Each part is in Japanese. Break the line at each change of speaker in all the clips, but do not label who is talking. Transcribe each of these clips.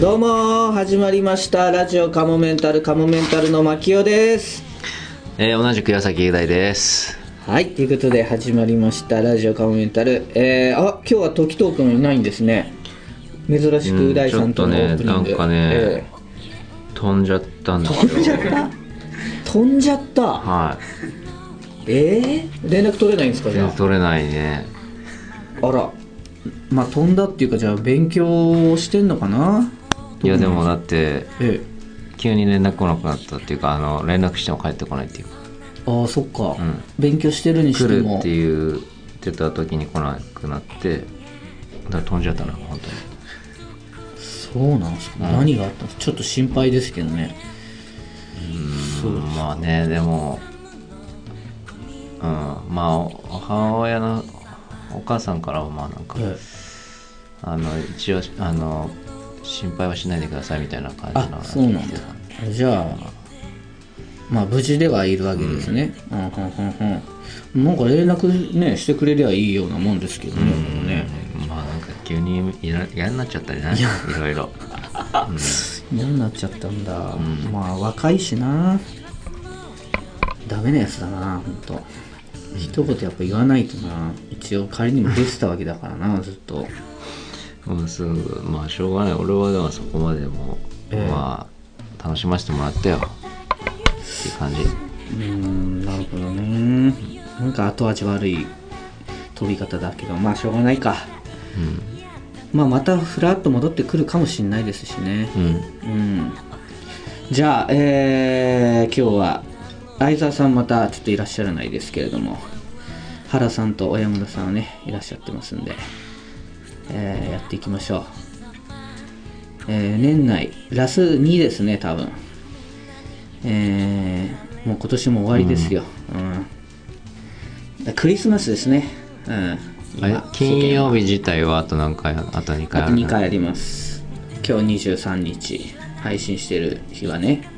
どうも始まりましたラジオカモメンタルカモメンタルの牧雄です
えー同じく矢崎雄大です。
はいということで始まりましたラジオカモメンタルえー、あ今日は時藤君いないんですね珍し
う
く
ん
大さんとのオープニング
ちょっとねなんかね
え
飛んじゃったんです
ー飛んじゃ
よ。
った飛んじゃった
は
えー、連絡取れないんですか
い。
じゃ
全然取れないね。
ああらまあ飛んだっていうかじゃあ勉強をしてんのかない
やでもだって
ええ
急に連絡来なくなったっていうかあの連絡しても帰ってこないっていうか。
ああそっか、
うん
勉強してるにして
来る
も
っていう出た時に来なくなって、だから飛んじゃったな本当に。
そうなんですか、
うん
何があったんですかちょっと心配ですけどねそう
うんまあねでも、うんまあお母親のお母さんからはまあなんか、
ええ
あの一応あの心配はしないでくださいみたいな感じの
あそうなんだじゃあまあ無事ではいるわけですねうんうんうんうんなんか連絡ねしてくれりゃいいようなもんですけどね,、もうね
うんまあなんか急にいら嫌になっちゃったりないろいろ
嫌になっちゃったんだ、
ん
まあ若いしなダメなやつだなほんと一言やっぱ言わないとな一応仮にも出てたわけだからなずっと
うんそうまあしょうがない俺はでもそこまでも、
ええ
まあ楽しませてもらったよっていう感じ
うーんなるほどねなんか後味悪い飛び方だけどまあしょうがないかまあまたふらっと戻ってくるかもしれないですしね
うんうん
うんじゃあえー今日は相沢さんまたちょっといらっしゃらないですけれども原さんと小山田さんはねいらっしゃってますんで、えーやっていきましょうえー年内ラス2ですね多分えーもう今年も終わりですよ、うんだクリスマスですね、うん、
あれ
今
金曜日自体はあと何回あと2回
あ
あ
と
る
2回あります今日23日配信してる日はね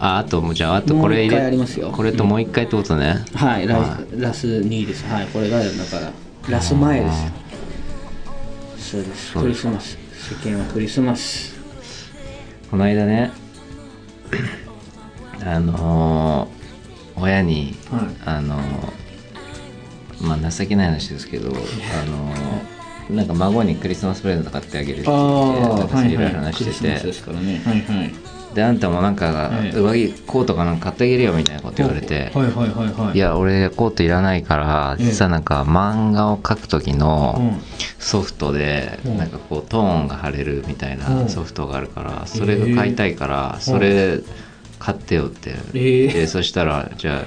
うん、ああともうじゃああとこれ入
もう一回あ
れ
りますよ
これともう一回ってことね、
はいラ,、
は
ラス2ですはいこれがだからラス前ですそうです
そう
クリ
です
スマス世間はクリスマス
この間ねあのー親に、
はい
あのーまあ情けない話ですけどあのーなんか孫にクリスマスプレゼント買ってあげるって言ってなんかそういろいろ話してて、
すからねはいはい
であんたもなんか
ええ
上着コートかなんか買ってあげるよみたいなこと言われて、
はいはいはいはい
いや俺コートいらないから
ええ
実はなんか漫画を描く時の、
うん
ソフトで
うん
なんかこうトーンが貼れるみたい
うん
なソフトがあるからそれが買いたいからそれ買ってよって
ええ
でそしたらじゃあ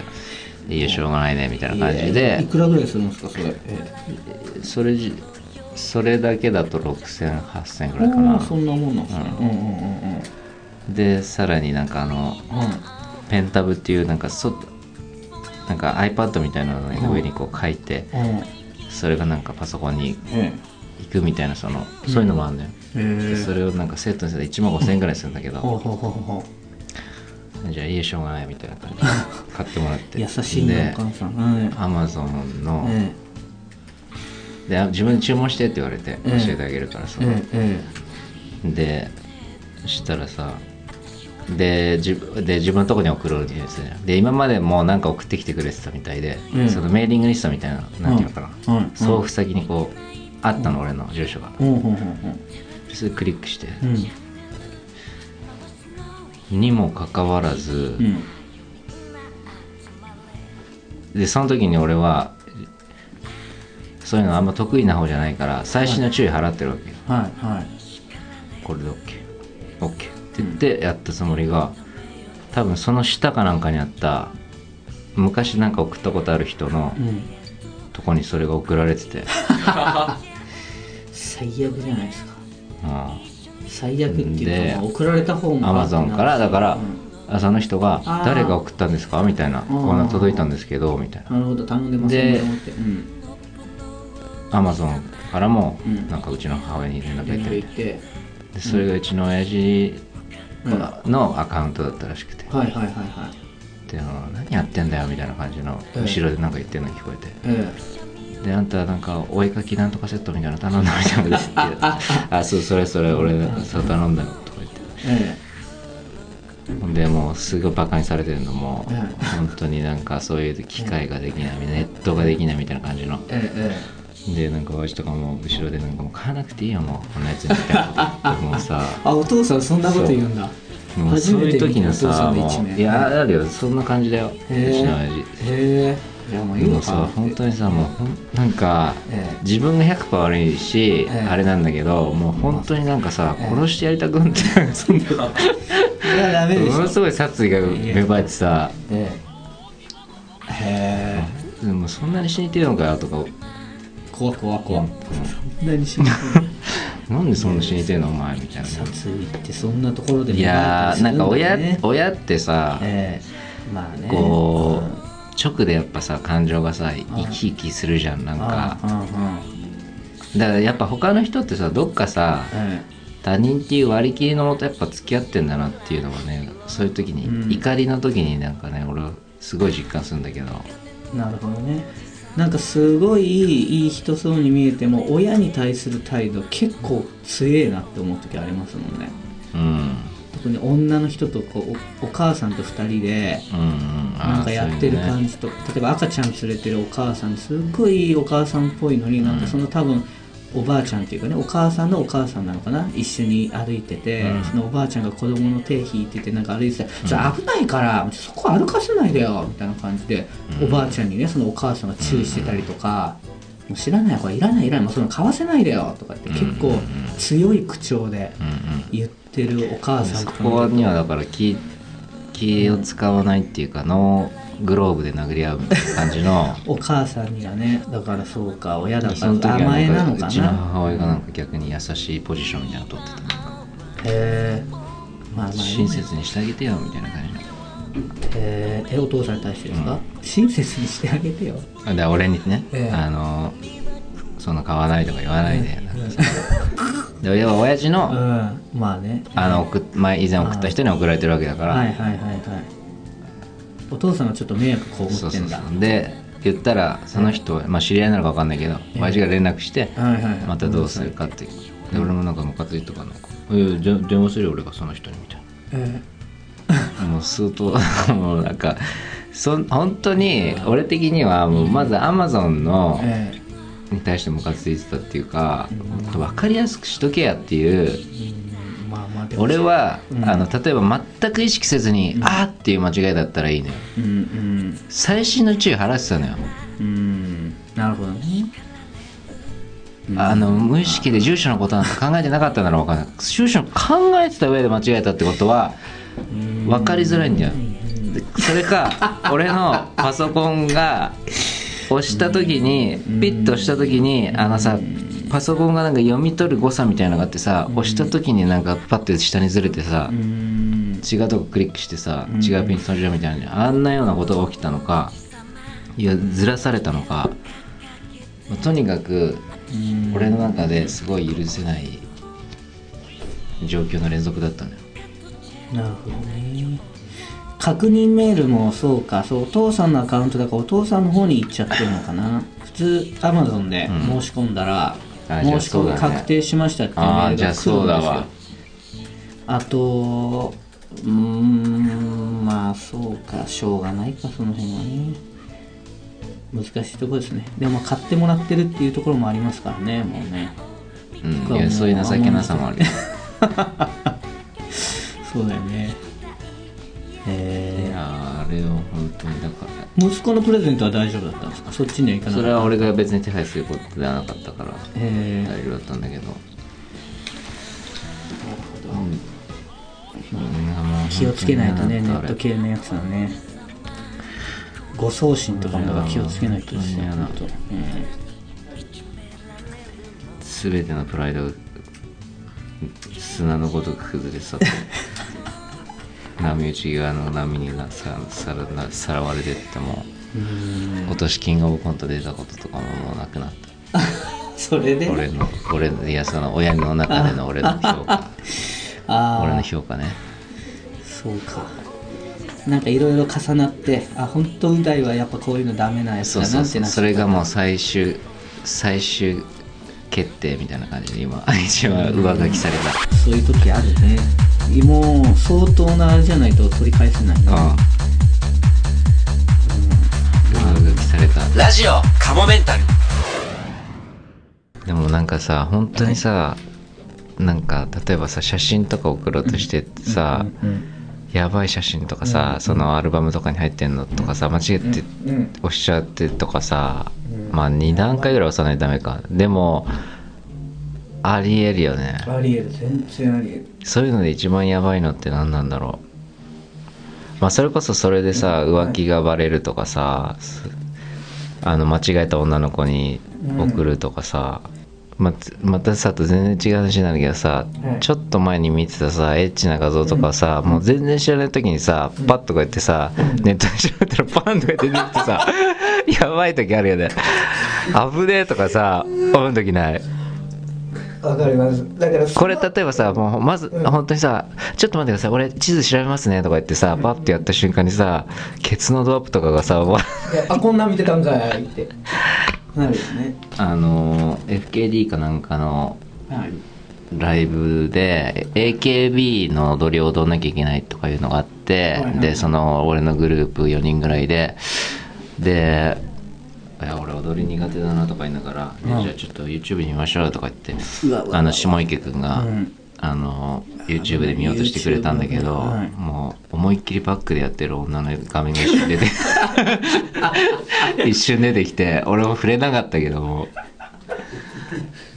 いいよしょうがないねみたいな感じ
えい
で
くらぐらいするんですかそれ、え
それじそれだけだと60008000ぐ
え
らいか
おー
な
そんなもんなんですね、うん、うんうんうん
でさらになんかあの
は
ペンタブっていうなんかそなんか iPad みたいなの
うん
に上にこう書いて
いうん
それがなんかパソコンに
え
行くみたいなそのそういうのもあるのよ
えへ
で
え
それをなんかセットにすると1万5000円ぐらいするんだけど
ほうほうほうほう
じゃあいいよしょうがないみたいな感じで買ってもらって
優しいね
で
お母さんはい
アマゾンの、
え
であ自分で注文してって言われて
ええ
教えてあげるからさ、
ええ
でそしたらさで自で自分のとこに送るんですよで今までもなんか送ってきてくれてたみたいで、
うん
そのメーリングリストみたいななんていうのかな、
えはい
送付先にこうあったの、俺の住所が
うんうんうん
それクリックして、
うんうん
にもかかわらず、
うん
でその時に俺はそういうのあんま得意な方じゃないから最新の注意払ってるわけよ、
はいはい
これで OKOK って言ってやったつもりが多分その下かなんかにあった昔なんか送ったことある人の
うん
とこにそれが送られてて、
最悪じゃないですか
う
最悪っていう
で
かまあ送られた方も
ん、Amazon からだから
うん、
あその人が
あー
「誰が送ったんですか?」みたいな「
ん
こんな届いたんですけど」みたいな
なるほど頼んでますね
で
と思ってうん
アマゾンからも
うん
なんかうちの母親に連絡が
連
いって
絡
み
行
たい
って
でそれがうちの親父
うん
のアカウントだったらしくて、
はいはいはいはい
であの何やってんだよみたいな感じの
うん
後ろでなんか言ってるの聞こえて、
え
であんたなんかお絵かきなんとかセットみたいなの頼んだみたいなですって あそうそれそれ俺そう頼んだのとか言って
え
ほんでもうすごいバカにされてるのも、
うん
本当になんかそういう機械ができない、ネットができないみたいな感じの
ええ
でなんか親父とかも後ろでなんかもう買わなくていいよもうこんなやつみたいな こと言ってもうさ
あお父さんそんなこと言うんだ
もうそういう時のさ
初めて見たお父さ
も
んの一面
ういやあるよそんな感じだよう
へー
ちの親父
へえいやもうい
で
いの
も
か
さ
な
本当にさもうほんなんか
ええ
自分が100%悪い
え
し、
え
あれなんだけどもう本当になんかさ、
ええ
殺してやりたくんってそんなも
いやダメでし
の
ょ
すごい殺意が芽生えてさ
ええへえ
でもそんなに死にてるのかよとか
怖い怖い怖い
うん
そんなにしない
なんでそんな死にてるのお前みたいな
殺意ってそんなところで
いやーなんか親親ってさ、
ええまあね
こ
うん
う直でやっぱさ感情がさ生き生きするじゃんなんか
うんうん
だからやっぱ他の人ってさどっかさ他人っていう割り切りのもとやっぱ付き合ってんだなっていうのがねそういう時に、
うん
怒りの時になんかね俺はすごい実感するんだけど
うんなるほどねなんかすごいいい人そうに見えても親に対する態度結構強えなって思う時ありますもんね
うんうん
特に女の人とこうおお母さんと2人で
うん
なんかやってる
じ
感じと、例えば赤ちゃん連れてるお母さんすっごいいいお母さんっぽいのになんかその多分おばあちゃんっていうかねお母さんのお母さんなのかな一緒に歩いてて、
うん
そのおばあちゃんが子供の手引いててなんか歩いてて「それ危ないからそこ歩かせないでよ」みたいな感じで、
うん
おばあちゃんにねそのお母さんが注意してたりとか。もう知らないこれいらないいらないもうその買わせないでよとかって結
うん
構
うん
強い口調で
うんうん
言ってるお母さん
そ
と
こにはだから気気を使わないっていうか、ノーグローブで殴り合うみたいな感じの
お母さんにはねだからそうか親だか
その時
ら
は
甘 えな
な
の
んか
か
うちの
な
母親がなんか逆に優しいポジションみたいなの取ってたなんか
へえまあまあ
親切にしてあげてよみたいな感じの
へーえお父さんに対してですか、親切にしてあげてよ
あだから俺にね、
ええ
あのそんな買わないとか言わないで、なんかさ で俺は親父
う
の,、
んまあね
あの送っ前以前送った人に送られてるわけだから、
はいはいはいはいお父さんはちょっと迷惑被
そう
って
そうん
だ
そうで言ったらその人、まあ、知り合いなのか分かんないけど、親父が連絡して、
はいはいはい
またどうするかって、で俺もなんかムカついとかなんか「ええで電話するよ俺がその人に」みたい
え
なもう相当 もうなんかそん本当に俺的にはもうまずアマゾンの
ー、え
に対してムカついてたっていうか、分かりやすくしとけやっていう
ーうんまあまあでも
俺は、
うん
あの例えば全く意識せずに「あーっていう間違いだったらいいのよ
うんうん
最新の注意払ってたのよ、
うんなるほどねうん
あの無意識で住所のことなんか考えてなかったなら分かんない住所考えてた上で間違えたってことは
うん
分かりづらいんだよでそれか俺のパソコンが押した時にピッと押した時にあのさパソコンがなんか読み取る誤差みたいなのがあってさ押した時になんかパッて下にずれてさ
うん
違うとこクリックしてさ
ん
違うピンチ閉じるみたいなのにあんなようなことが起きたのかいやずらされたのかまあとにかく
うん
俺の中ですごい許せない状況の連続だったのよ
なるほどね確認メールもそうかそうお父さんのアカウントだからお父さんの方に行っちゃってるのかな普通アマゾンで
うん
申し込んだら、
あじゃあ
申し込み
そうだね
確定しましたっていうメ
あ
ー
あ
ル
じゃ
が来
あ
る
そ
ん
うだ
です
わ
よあとうーんまあそうかしょうがないかその辺はね難しいとこですねでも買ってもらってるっていうところもありますからねもうね
うんいやそういう情けなさもあるよ
そうだよね
い
え
やーあれを本当にだから
ー、息子のプレゼントは大丈夫だったんですかそっちには行かな
そ
か
れ
った
は俺が別に手配することではなかったから
え
大丈夫だったんだけどうんみんなもう本当に
ー、気をつけないとね
ん
ネ
かあ
ッ
れ
ト系のやつはね誤送信とかもだから気をつけないとですね
いや
本当うん
全てのプライドが砂のごとく崩 れ去って波打ち際の波になささらなさらわれてっても
うーん
今年キングオブコント出たこととかももうなくなっ
それで
た俺の俺のいやその親の中で の俺の評価
あ
俺の
あ
評価ね
そうかなんかいろいろ重なってあ本当う大はやっぱこういうのダメなやつ
そう
だ
そ
な
う
って
そう
なっ
そ
て
れがもう最終最終決定みたいな感じで今一応上書きされた、
そういう時あるねもう相当なあれじゃないと取り返せないね
ああ上書きされた
ラジオカモメンタル
でもなんかさ本当にさ、なんか例えばさ写真とか送ろうとしてってさ、
うん
やばい写真とかさ、そのアルバムとかに入ってんのとかさ間違って
うん
押しちゃってとかさ、まあ2段階ぐらい押さないとダメかでもありえるよね
ありえる全然ありえる
そういうので一番やばいのって何なんだろうまあそれこそそれでさ浮気がバレるとかさすあの間違えた女の子に送るとかさ、まつまたさと全然違う話になるけどさ、
はい
ちょっと前に見てたさエッチな画像とかさ、もう全然知らない時にさパッとこうやってさ、ネットで調べたらパンとかやって出てきてさやばい時あるよね危ねえとかさ思う時ない
わかりますだから
これ例えばさもうまず本当にさ「ちょっと待ってください俺地図調べますね」とか言ってさパッてやった瞬間にさケツのドアップとかがさわ
であこんなん見てたんかいってなるよね
あの FKD かなんかの
はい
ライブで AKB の踊りを踊んなきゃいけないとかいうのがあって、でその俺のグループ4人ぐらいでで「いや俺踊り苦手だな」とか言いながら、ねじゃあちょっと YouTube に見ましょう」とか言ってあの下池君が、あの YouTube で見ようとしてくれたんだけど、もう思いっきりバックでやってる女の画面が一瞬出て一瞬出てきて俺も触れなかったけども。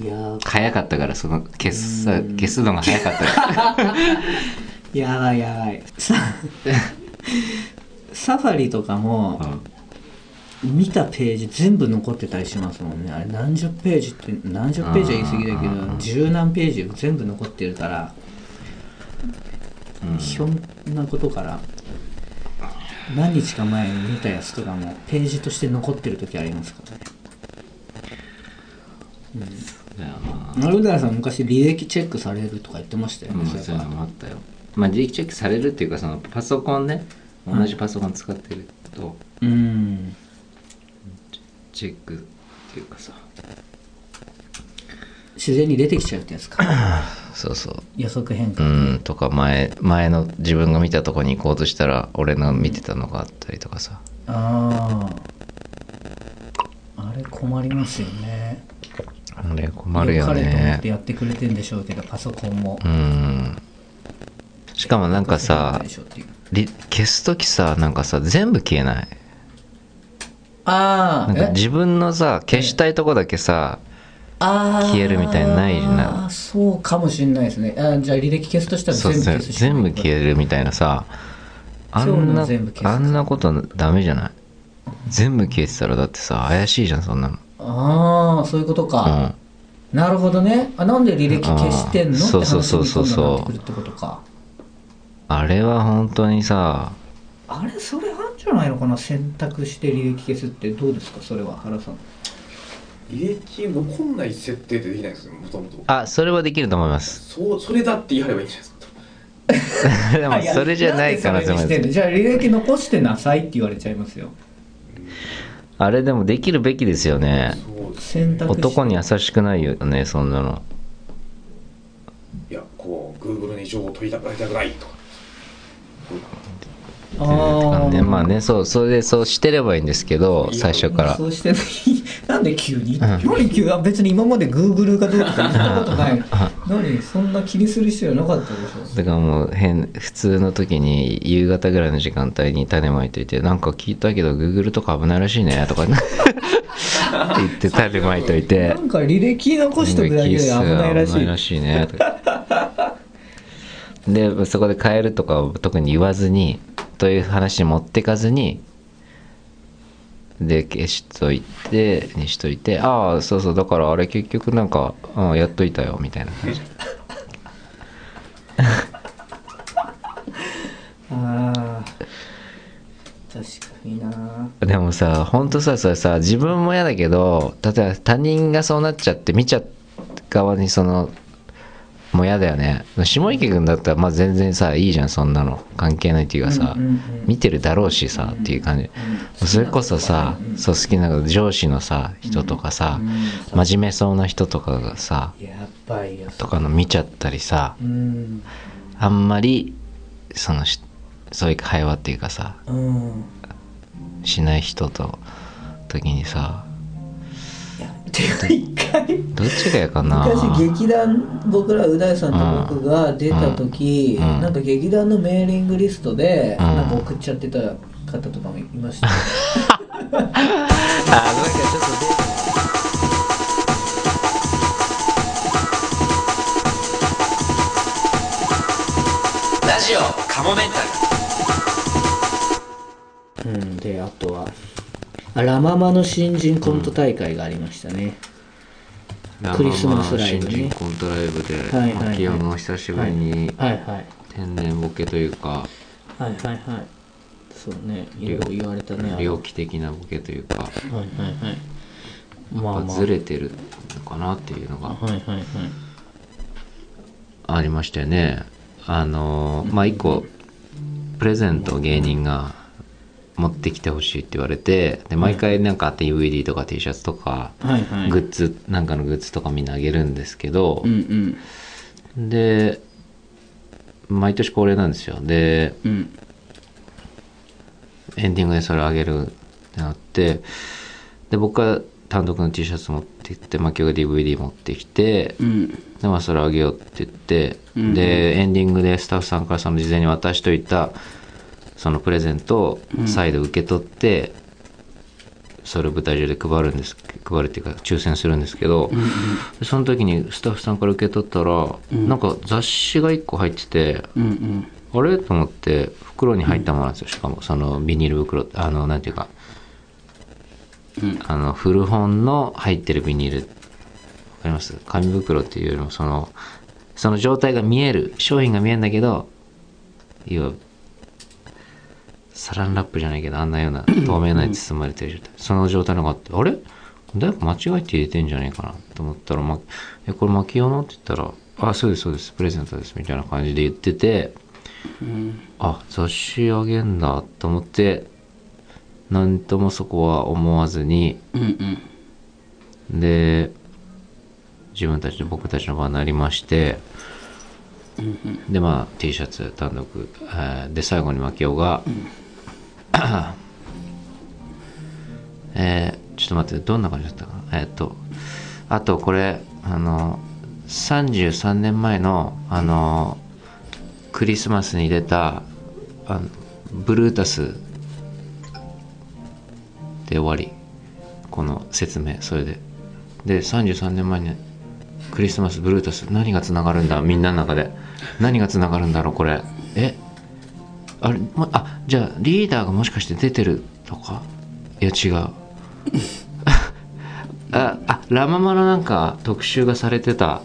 いやー
早かったからその消すさ消すのが早かったから
やばいやばいさ
サファリとかも見たページ全部残ってたりしますもんねあれ何十ページって何十ページは言い過ぎだけど十何ページ全部残ってるから、ひょんなことから何日か前に見たやつとかもページとして残ってる時ありますからね丸谷さん昔履歴チェックされるとか言ってましたよ
うん
ね、それ
そういうのもあったよまあ履歴チェックされるっていうかそのパソコンね同じパソコン使ってると
うん
チェックっていうかさ
自然に出てきちゃうってやつか
そうそう
予測変化
うんとか前前の自分が見たとこに行こうとしたら俺の見てたのがあったりとかさ
あああれ困りますよね
あれ困る
良
よ
かれと思っ
ね
てやってくれてんでしょうけどパソコンも
うんしかもなんかさ
でしょうっていう
り消す時さなんかさ全部消えない
あ
なん
ー
か
え
自分のさ消したいとこだけさ
あー
消えるみたいなのないな
あーそうかもしれないですねあーじゃあ履歴消すとしたら
そう
全部
そう
消すしかない
全部消えるみたいなさあ
今日
ん
の
な
全部消す
あんなことダメじゃない全部消えてたらだってさ怪しいじゃんそんなの
ああそういうこと
う
か、
ん
なるほどねあなんで履歴消してんの
あー
って
そうそう
話
そ
に
うそう
今
そう
度なってくるってことか
あれは本当にさ
あれそれあるんじゃないのかな選択して履歴消すってどうですかそれは原さん
履歴残んない設定ってできないんですよもともと
あそれはできると思います
そうそれだって言い張ればいいんじゃないです か
でもそれじゃない可能性もあ
んでそれにしてん
る
のじゃあ履歴残してなさいって言われちゃいますよ
あれでもできるべきですよね
そうです
選択肢
男に優しくないよねそんなの
いやこう Google に情報を取りたくないとか
あー
ねまあねそうそれでそうしてればいいんですけど最初から
そうしてないなんで急に、何急にあ別に今まで Google がどうとか言ったこと ない何そんな気にする必要なかったでし
だからもう変普通の時に夕方ぐらいの時間帯に種まいててなんか聞いたけど Google とか危ないらしいねとか言って種まいとい
ょ
て
なんか履歴残しとくだけで危ないらし
危
い
ねとかでそこで変えるとかを特に言わずにという話に持ってかずにで消しといてにしといてああそうそうだからあれ結局なんか、うん、やっといたよみたいな感じ
あー確かにな
でもさほんとさそれさ自分も嫌だけど例えば他人がそうなっちゃって見ちゃう側にそのもう嫌だよね下池君だったらまあ全然さいいじゃんそんなの関係ないっていうかさ、
うんうんうん
見てるだろうしさっていう感じ、それこそさ、そう好きなこと上司のさ人とかさ、真面目そうな人とかがさ
やっぱりや
とかの見ちゃったりさ
うん
あんまりそのしそういう会話っていうかさ
うん
しない人と時にさ
いやてか一回
どっちがやかな
昔劇団僕らう大さんと僕が出た時、
うんうん
なんか劇団のメーリングリストで、
うん
なんか送っちゃってた方とかもいました、
あなんかちょっと
ラジオカモメンタ
う
ル
ん、であとはあラ・ママの新人コント大会がありましたね、クリスマスライブね
まあ新人コントライブで
はいはいはい
秋山も久しぶりに
はいはい
天然ボケというか
はいはいはいそうねい
り
ろ
ょ
いろ言われたねあれ
猟奇的なボケというか
はいはいはいま
や
あ
っぱ
まあ
ずれてるのかなっていうのが
はいはいはい
ありましたよねあのまあ一個プレゼントを芸人が持ってきてほしいって言われてで毎回なんか DVD とか T シャツとか
はいはい
グッズなんかのグッズとかみんなあげるんですけど
うんうん
で毎年恒例なんですよで
うん
エンディングでそれあげるってなってで僕は単独の T シャツ持ってきてマキオが DVD 持ってきて
うん
でまあそれあげようって言って、
うん
でエンディングでスタッフさんからその事前に渡しといたそのプレゼントを再度受け取って、それを舞台上で配るんです配るっていうか抽選するんですけど、でその時にスタッフさんから受け取ったら、なんか雑誌が1個入ってて
うんうん
あれと思って袋に入ったものなんですよしかもそのビニール袋あのなんていうか、
うん
あの古本の入ってるビニールわかります紙袋っていうよりもそのその状態が見える商品が見えるんだけど要はサランラップじゃないけどあんなよう な透明なやつ包まれてる状態、その状態のがあってあれ誰か間違えて入れてんじゃないかなと思ったら、ま「えこれ巻き用の?」って言ったら「あそうですそうですプレゼントです」みたいな感じで言ってて
うん
あ雑誌あげんだと思ってなんともそこは思わずに
うんうん
で自分たちで僕たちの場になりましてでまあ T シャツ単独、えーで最後にマキオが「えーちょっと待ってどんな感じだったかなえーっとあとこれあの33年前のあのクリスマスに出たあのブルータスで終わりこの説明それでで33年前にクリスマスブルータス何がつながるんだみんなの中で何がつながるんだろうこれえあれ、ま、あじゃあリーダーがもしかして出てるとかいや違うああラ・ママのなんか特集がされてた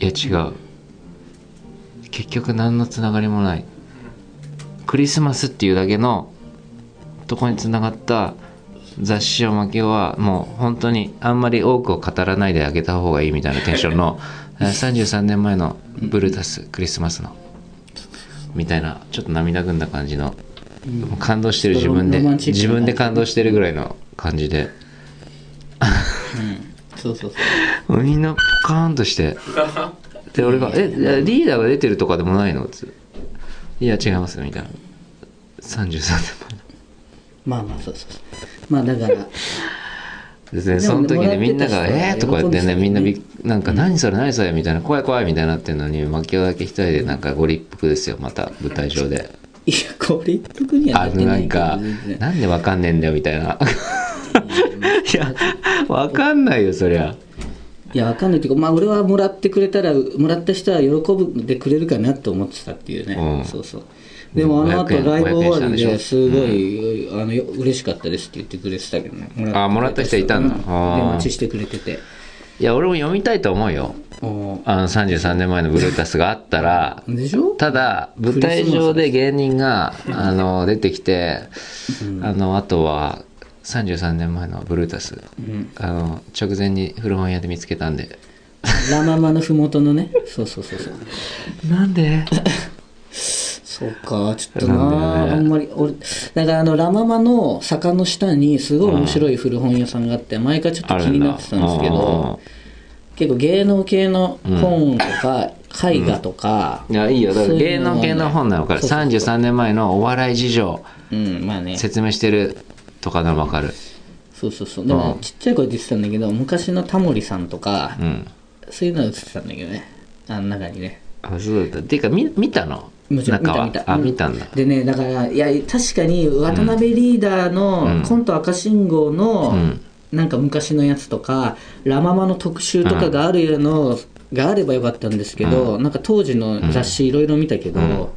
いや違う結局何のつながりもないクリスマスっていうだけのとこにつながった雑誌を負けはもう本当にあんまり多くを語らないであげた方がいいみたいなテンション のえー33年前のブルータスクリスマスのみたいなちょっと涙ぐんだ感じのもう感動してる自分で
ロマンチックな感じ
自分で感動してるぐらいの感じで
そうそうそう
みんなポカーンとしてで俺が「えリーダーが出てるとかでもないの?」つういや違います」みたいな33年
まあまあそうそうそうまあだから
前ですね
でも
その時にみんなが「
もらってた人は
えー、とか言って
喜んでた
ね
よね
みんなびっなんか「何それ何それ」みたいな「怖い怖い」みたいになってるのに槙尾だけ一人でなんかご立腹ですよまた舞台上で
いやこれ一服には
あ
なっ
の
て
な
なんいけど
か
全
「
然
なんでわかんねえんだよ」みたいな いやわかんないよそりゃ
いやわかんないっていうかまあ俺はもらってくれたらもらった人は喜んでくれるかなと思ってたっていうね、
うん
そうそうでもあの後
500円
ライブ終わ
500円したん
り
でしょ
ですごい、あのよ嬉しかったですって言ってくれてたけどねも
あもらった人いたんだ
うんで
あー
待ちしてくれてて
いや俺も読みたいと思うよ
お
あの33年前のブルータスがあったら
ーでしょ
ただ舞台上で芸人があの出てきて、あのあとは33年前のブルータス、
ん
あの直前に古本屋で見つけたんで
ラママのふもとのねそうそうそうそう
なんで
そうかちょっと
なん
な
だよね
あんまり俺だからあのラ・ママの坂の下にすごい面白い古本屋さんがあって前からちょっと気になってたんですけど結構芸能系の本とか絵画とか、
いやいいよだから芸能系の本なのから
そうそうそう
33年前のお笑い事情
うんまあね
説明してるとかの分かる
そうそうそうでも
うん
ちっちゃい声で言ってたんだけど昔のタモリさんとか
うん
そういうのは映ってたんだけどねあの中にね
あそうだったっていうか見見たの
もちろん見
中
た
は
見た
あ
うん
見たんだ
でねだからいや確かに渡辺リーダー
うん
のコント赤信号の、
うん
なんか昔のやつとかラ・ママの特集とかがあるの、があればよかったんですけど、なんか当時の雑誌いろいろ見たけど、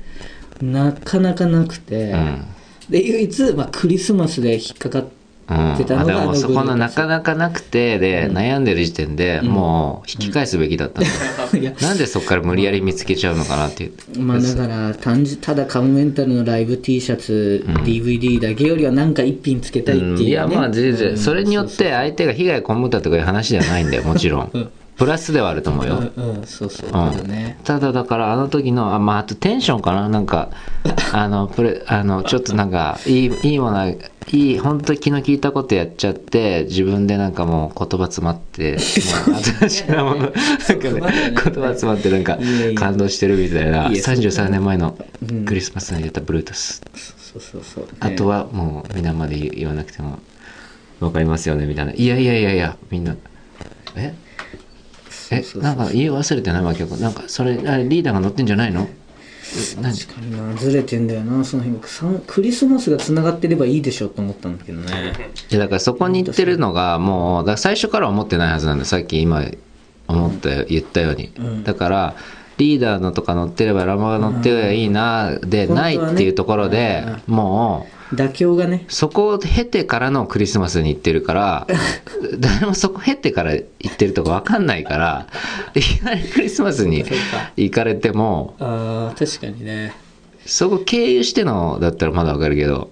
なかなかなくて、
うん
で唯一、まあ、クリスマスで引っか かっ
うん、
てたのが
あでももうそこ
あのグルー
の
プ
なかなかなくてで、悩んでる時点でもう引き返すべきだったの、
て、いや
なんでそこから無理やり見つけちゃうのかなっていう
まあだから単純ただカムメンタルのライブ T シャツ、DVD だけよりはなんか一品つけたいっていう、
うん
ね
いやまあ全
う
然
ん
それによって相手が被害被ったとかいう話じゃないんだよもちろんプラスではあると思うよ、
うんそうそう
うん
だね
ただだからあの時のあまああとテンションかななんかあのプレあのちょっとなんかいいいいものいい本当に気の利いたことやっちゃって自分でなんかもう言葉詰まってもう新しいものなんかね言
まってね
葉詰まってなんか
いやいや
感動してるみたいない
やそう
33年前の
うん
クリスマスに出たブルータス
そうそうそうね
あとはもうみんなまで言わなくても分かりますよねみたいな「いやいやいやいやみんなえ
そう
え
そうそう
なんか家忘れてないわけよなんかそれあれリーダーが乗ってんじゃないのえ何
確かになずれてんだよなその辺僕さんクリスマスがつながってればいいでしょうと思ったんだけどね
いやだからそこに行ってるのがもうだから最初から思ってないはずなんださっき今思ったよ言ったように、
うん
だからリーダーのとか乗ってればラマが乗ってればいいなで
うん
ないっていうところで、
本当はね
もう
妥協がね
そこを経てからのクリスマスに行ってるから 誰もそこ経てから行ってるとか分かんないからいきなりクリスマスに
そうか
行かれても
あー確かにね
そこ経由してのだったらまだ分かるけど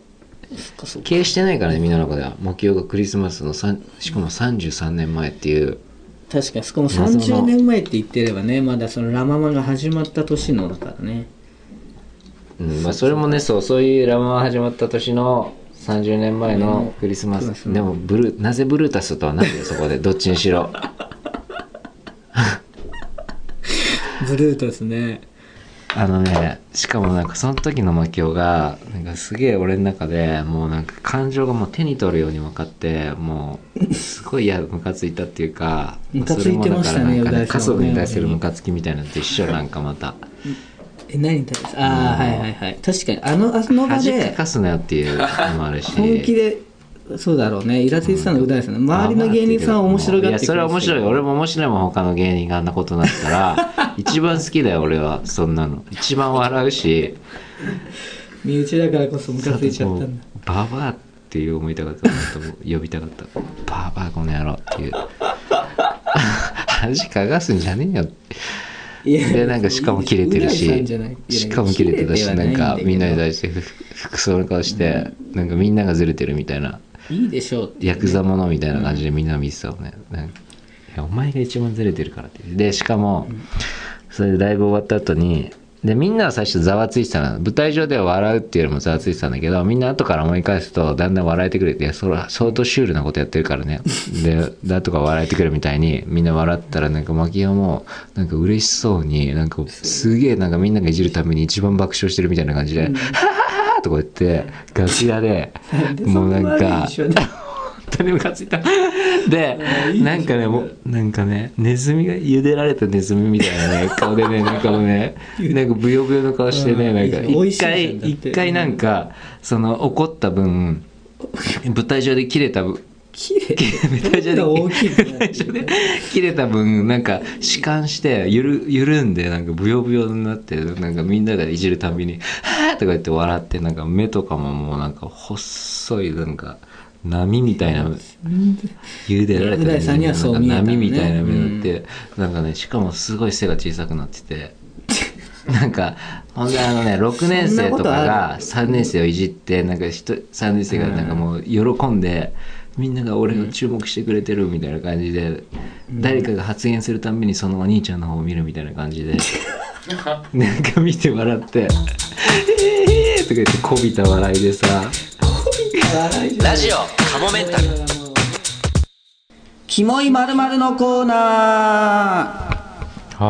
そっかそっか
経由してないからねみんなの中では目標がクリスマスの三しかも33年前っていう
確かにそこも
謎の
30年前って言ってればねまだそのラ・ママが始まった年のだからね
うんまあ、それもねそうそういうラマが始まった年の30年前のクリスマ
クリ
ス、
スマス
でもブルーなぜブルータスとはなんだよそこでどっちに しろ
ブルートですね
あのねしかもなんかその時のマキオがなんかすげえ俺の中でもうなんか感情がもう手に取るように分かってもうすごいいやムカついたっていうか
ムカついてましたね
それもだからなんか
う大さんはね
家族に対するムカつきみたいなのと一緒なんかまた
え何に対してああはいはいはい確かにあのあの場
恥か
で
かすなよっていうのもあるし
本気でそうだろうねイラついてたのうだいですね周りの芸人さんは面白がってく
い
れ
や
て
それは面白い俺も面白いもん他の芸人があんなことになったら一番好きだよ俺はそんなの一番笑うし
身内だからこそムカついちゃったんだ
もうババアっていう思いたかったと呼びたかったババアこの野郎っていう恥かがすんじゃねえよ
いや
でなんかしかも切れてる
う大さん
し
じゃない
しかも切れてたしなんかみんなに
い
対してふ 服装の顔してなんかみんながずれてるみたいない
いでしょうっていう
ヤクザものみたいな感じでみんな見てたもんね。なんかいやお前が一番ずれてるからって。で、しかも、それでライブ終わった後に、で、みんなは最初ざわついてたの。舞台上では笑うっていうよりもざわついてたんだけど、みんな後から思い返すと、だんだん笑えてくれて、いやそれは相当シュールなことやってるからね。で、だとか笑えてくるみたいに、みんな笑ったら、なんか、マキオも、なんか嬉しそうに、なんか、すげえ、なんかみんながいじるために一番爆笑してるみたいな感じで、はははとか言って、楽屋で、もうなんか、本当にムカついたでなんかねもうなんかねネズミが茹でられたネズミみたいな ね顔でねなんかもうねなんかブヨブヨの顔してね
うん
なんか
いいじゃん美味し
一
いじゃん
回
だって
一回なんかその怒った分舞台上で切れた分
綺麗
舞台上で
大きい
舞 台上で切れた分なんか弛緩してゆる緩んでなんかブヨブヨになってなんかみんながいじるたびに「はあ」とか言って笑ってなんか目とかももうなんか細いなんか波みたいな茹でられた
う大さんにはそう見えたの
なんか
ね
波みたいな目になって、なんかねしかもすごい背が小さくなってて なんかほんであのね6年生と
そんなこ
か
とある
が3年生をいじってなんか人3年生がなんかもう喜んで、みんなが俺を注目してくれてるみたいな感じで、誰かが発言するたんびにそのお兄ちゃんの方を見るみたいな感じ でなんか見て笑って「えー!」とか言ってこびた笑いでさ
ラ
ジオ
カモメンタル
キモいまるのコーナ
は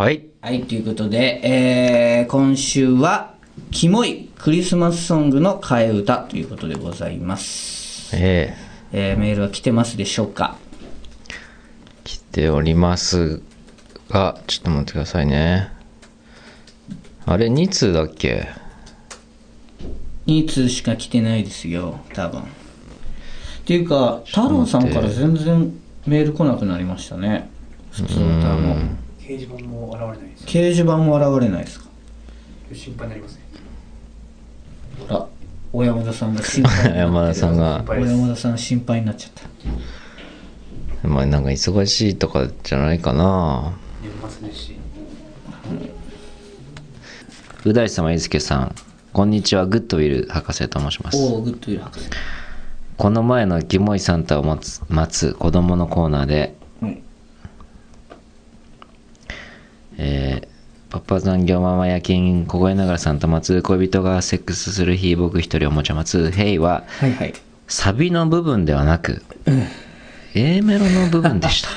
い
ーはい、ということで、えー、今週は、キモいクリスマスソングの替え歌ということでございます。
ええ
えー、メールは来てますでしょうか
来ておりますがちょっと待ってくださいねあれ2通だっけ
?2 通しか来てないですよ、多分。っていうか、太郎さんから全然メール来なくなりましたね。普通の歌も。
掲示板も現れないです
掲示板も現れないですか
心配になりますね
ほら、小山田さんが心配になっ
山田さんが
心
小
配です
山田さん心配になっちゃった。
まあなんか忙しいとかじゃないかな
年末ですし
う大様いずけさんこんにちはグッドウィル博士と申します
おお、グッドウィル博士。
この前のキモいサンタを待つ待つ子供のコーナーで、
うん
えーパパ残業ママ夜勤凍えながらサンタ待つ恋人がセックスする日僕一人おもちゃ待つヘイは
はいはい。
サビの部分ではなく、A メロの部分でした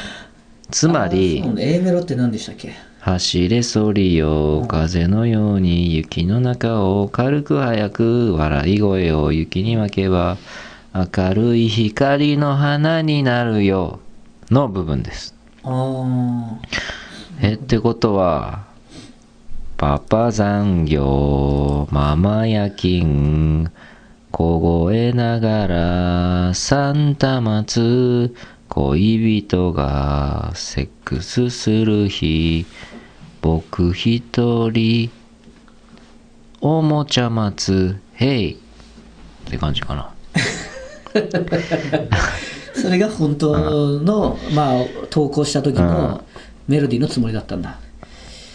つまり
あそうね A メロって何でしたっけ
走れソリよ風のように雪の中を軽く早く笑い声を雪に分けば明るい光の花になるよの部分です
ああ。
えってことはパパ残業ママ夜勤凍えながらサンタ待つ恋人がセックスする日僕一人おもちゃ待つヘイって感じかな
それが本当の、まあ、投稿した時のメロディーのつもりだったんだ。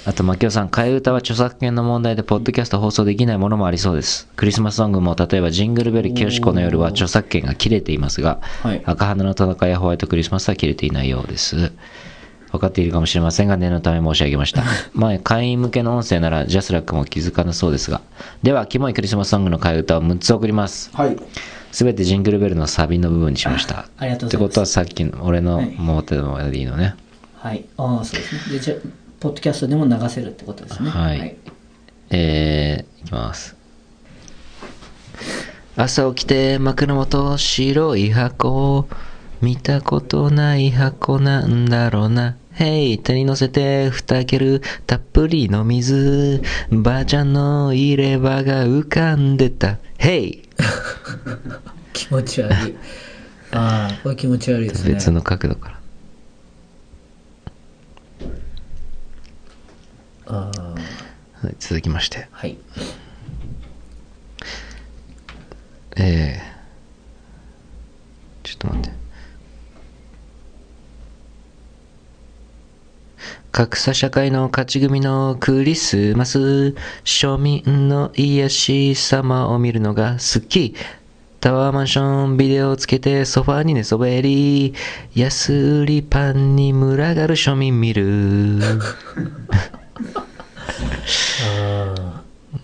あと、牧雄さん、替え歌は著作権の問題で、ポッドキャスト放送できないものもありそうです。クリスマスソングも、例えば、ジングルベル、清子の夜は著作権が切れていますが、
はい
赤花の田中やホワイトクリスマスは切れていないようです。分かっているかもしれませんが、念のため申し上げ ました。前、会員向けの音声なら、ジャスラックも気づかなそうですが。では、キモいクリスマスソングの替え歌を6つ送ります。
はい。
すべてジングルベルのサビの部分にしました。
ありがとうご
っ
ざ
て
い
こ
ます
とは、さっきの、俺の
はい
持ってたメロディーのね。
はい。ああ、そうですね。で、じゃあポッドキャストでも流せるってことですね。
はいえー、いきます。朝起きて枕元白い箱見たことない箱なんだろうな。へい、手に乗せて蓋開けるたっぷりの水。ばあちゃんの入れ歯が浮かんでた。へい
気持ち 悪い。ああ、これ気持ち悪いですね。
別の角度から。
ああ
はい続きまして。
はい。
ええちょっと待って。格差社会の勝ち組のクリスマス庶民の癒し様を見るのが好きタワーマンションビデオをつけてソファーに寝そべり安売りパンに群がる庶民 見る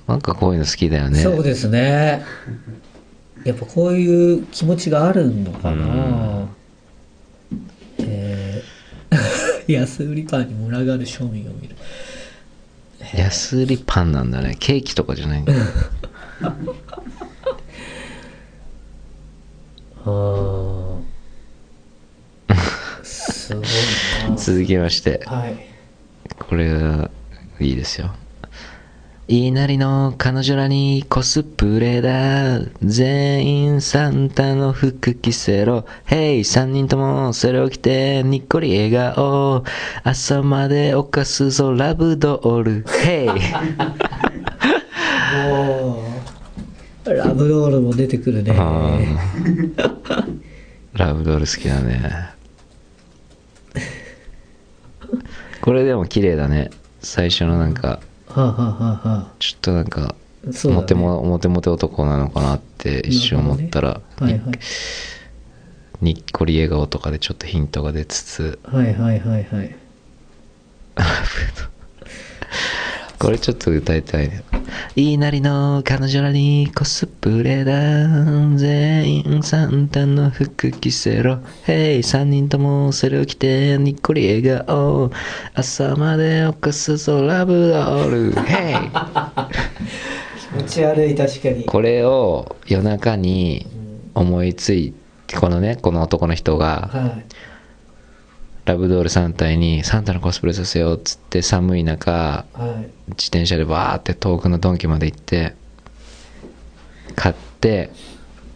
なんかこういうの好きだよね
そうですね。やっぱこういう気持ちがあるのかな。えー 安売りパンに群がる庶民を見る。
安売りパンなんだねケーキとかじ ゃないんだ
あ あ。すごい
続きまして
な。はい。
これはいいですよ言いなりの彼女らにコスプレだ全員サンタの服着せろ Hey 三人ともそれを着てにっこり笑顔朝まで犯すぞラブドール Hey
おーラブロールも出てくるね。
ラブドール好きだねこれでも綺麗だね最初のなんか
はあ、はあはあは
ちょっとなんか、
あ、そうだ
モテ
ね。
モモテモテ男なのかなって一瞬思ったら、
はいはい。
にっこり笑顔とかでちょっとヒントが出つつ
はいはいはいはい。
これちょっと歌いたいね。いいなりの彼女らにコスプレだ。全員サンタの服着せろ。Hey、三人ともそれを着てにっこり笑顔。朝まで犯すぞラブドール。Hey!
気持ち悪い、確かに。
これを夜中に思いついて、このね、この男の人が、
はい。
ラブドール3体にサンタのコスプレさせようっつって寒い中、
はい。
自転車でバーって遠くのドンキまで行って買って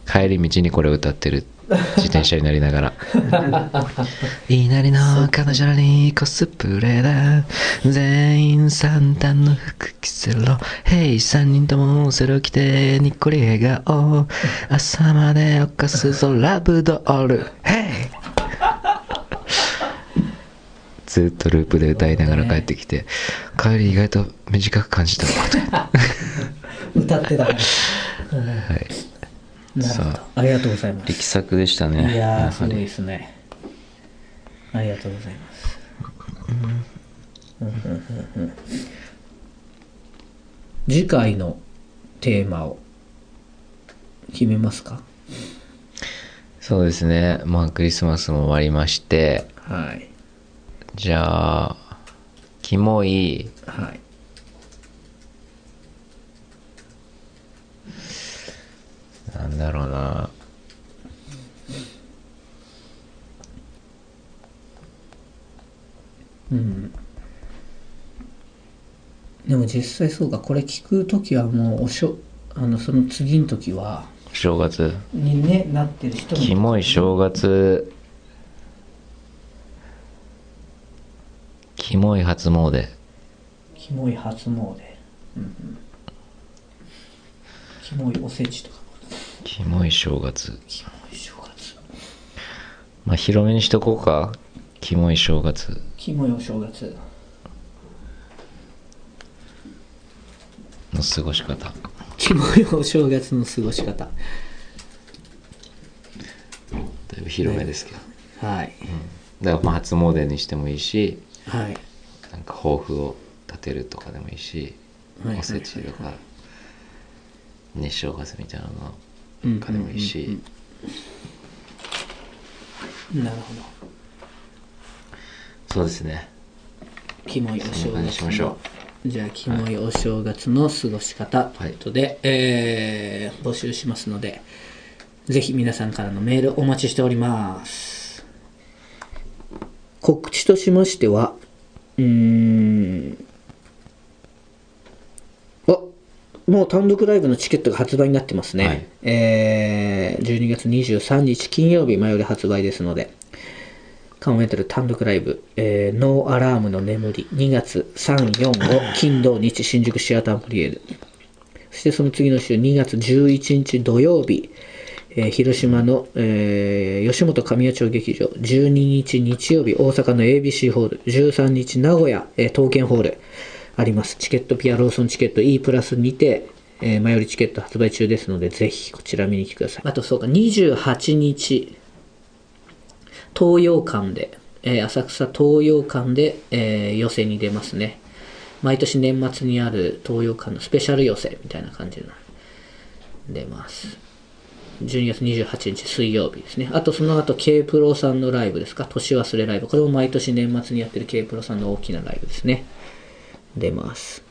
帰り道にこれを歌ってる自転車になりなが ら「いなりの彼女らにコスプレだ全員サンタの服着せろ」「ヘイ3人ともそれを着てにっこり笑顔」「朝まで犯すぞラブドール」「 ヘイ!」ずっとループで歌いながら帰ってきて帰り意外と短く感じたわと
歌ってたから。
はい、
なるほど
さ。
ありがとうございます。
力作でしたね
いや
や
ー、す
は
ごい
り
ですね。ありがとうございます。うんうんうんうん次回のテーマを決めますか
そうですねまあクリスマスも終わりまして
はい。
じゃあキモい
はい。
なんだろうな
うん。でも実際そうか、これ聞くときはもう、おしょ、あの、その次のときは、
正月
にね、なってる人も
キモい正月キモい初詣
キモい初詣。うんうん。キモいおせちとか。
キモい正月
キモい正月。
まあ広めにしとこうかキモい正月
キモいお正月。
の過ごし方
キモいお正月の過ごし方。
だいぶ広めですけど、
はい。
だからまあ初詣にしてもいいし
はい。
なんか抱負を立てるとかでもいいし、
はい
おせちとか、ね、正月みたいなの
うん
とかでもいいし、
なるほど。
そうですね
キモいお
そ
正
んな感じしま
月
しょ
の。じゃあ、キモいお正月の過ごし方と
はい
いうことで、えー募集しますので、ぜひ皆さんからのメールお待ちしております。告知としましては、うーん、あもう単独ライブのチケットが発売になってますね。
はい
えー12月23日金曜日、前より発売ですので、カモメンタル単独ライブ、えーノーアラームの眠り、2月3、4、5、金、土、日、新宿シアターアンプリエル。そしてその次の週、2月11日土曜日、えー広島の、えー吉本神谷町劇場、12日日曜日、大阪の ABC ホール、13日名古屋、えー東県ホール、あります。チケットピアローソンチケット E プラスにて、えー前よりチケット発売中ですので、ぜひこちら見に来てください。あとそうか、28日、東洋館で、えー浅草東洋館で、えー寄席に出ますね。毎年年末にある東洋館のスペシャル寄席みたいな感じの出ます。12月28日水曜日ですね。あとその後 K プロさんのライブですか。年忘れライブ。これも毎年年末にやってる K プロさんの大きなライブですね。出ます。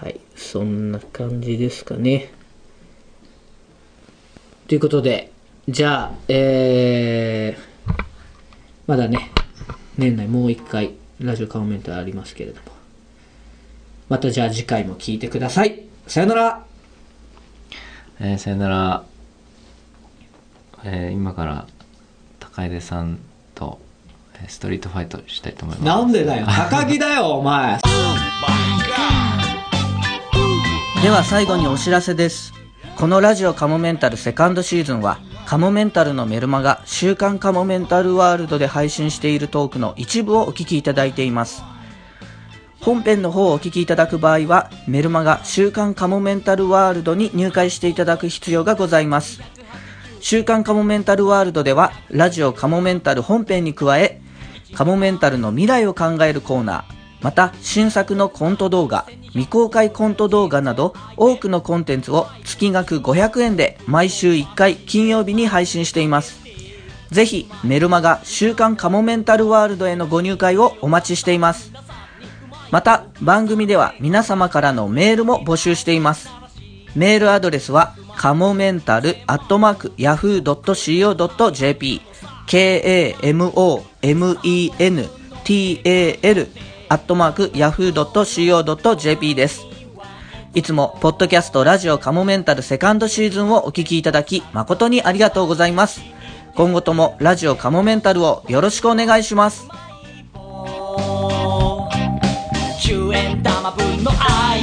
はい。そんな感じですかね。ということで、じゃあ、えー、まだね、年内もう一回、ラジオカモメントありますけれども。またじゃあ次回も聞いてください。さよなら
えーさよなら、えー今から高出さんとえーストリートファイトしたいと思います
なんでだよ高木だよお前
では最後にお知らせです。このラジオカモメンタルセカンドシーズンは、カモメンタルのメルマガ、週刊カモメンタルワールドで配信しているトークの一部をお聞きいただいています。本編の方をお聞きいただく場合は、メルマガ、週刊カモメンタルワールドに入会していただく必要がございます。週刊カモメンタルワールドでは、ラジオカモメンタル本編に加え、カモメンタルの未来を考えるコーナー、また新作のコント動画、未公開コント動画など多くのコンテンツを月額500円で毎週1回金曜日に配信しています。ぜひメルマガ週刊カモメンタルワールドへのご入会をお待ちしています。また番組では皆様からのメールも募集しています。メールアドレスは、かもめんたる、アットマーク、ヤフー .co.jp、k-a-m-o-m-e-n-t-a-l、アットマーク、ヤフー .co.jp です。いつも、ポッドキャストラジオカモメンタルセカンドシーズンをお聞きいただき、誠にありがとうございます。今後とも、ラジオカモメンタルをよろしくお願いします。
10円玉分の愛